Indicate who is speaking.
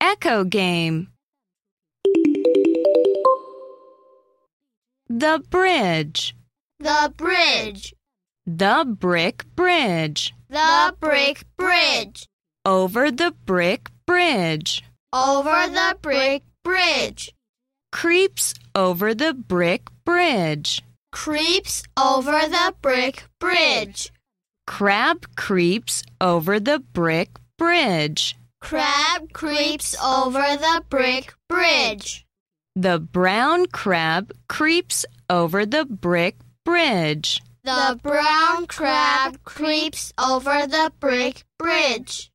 Speaker 1: Echo game. The bridge.
Speaker 2: The bridge.
Speaker 1: The brick bridge.
Speaker 2: The brick bridge.
Speaker 1: Over the brick bridge.
Speaker 2: Over the brick bridge.
Speaker 1: Creeps over the brick bridge.
Speaker 2: Creeps over the brick bridge.
Speaker 1: Crab creeps over the brick bridge.
Speaker 2: Crab creeps over the brick bridge.
Speaker 1: The brown crab creeps over the brick bridge.
Speaker 2: The brown crab creeps over the brick bridge.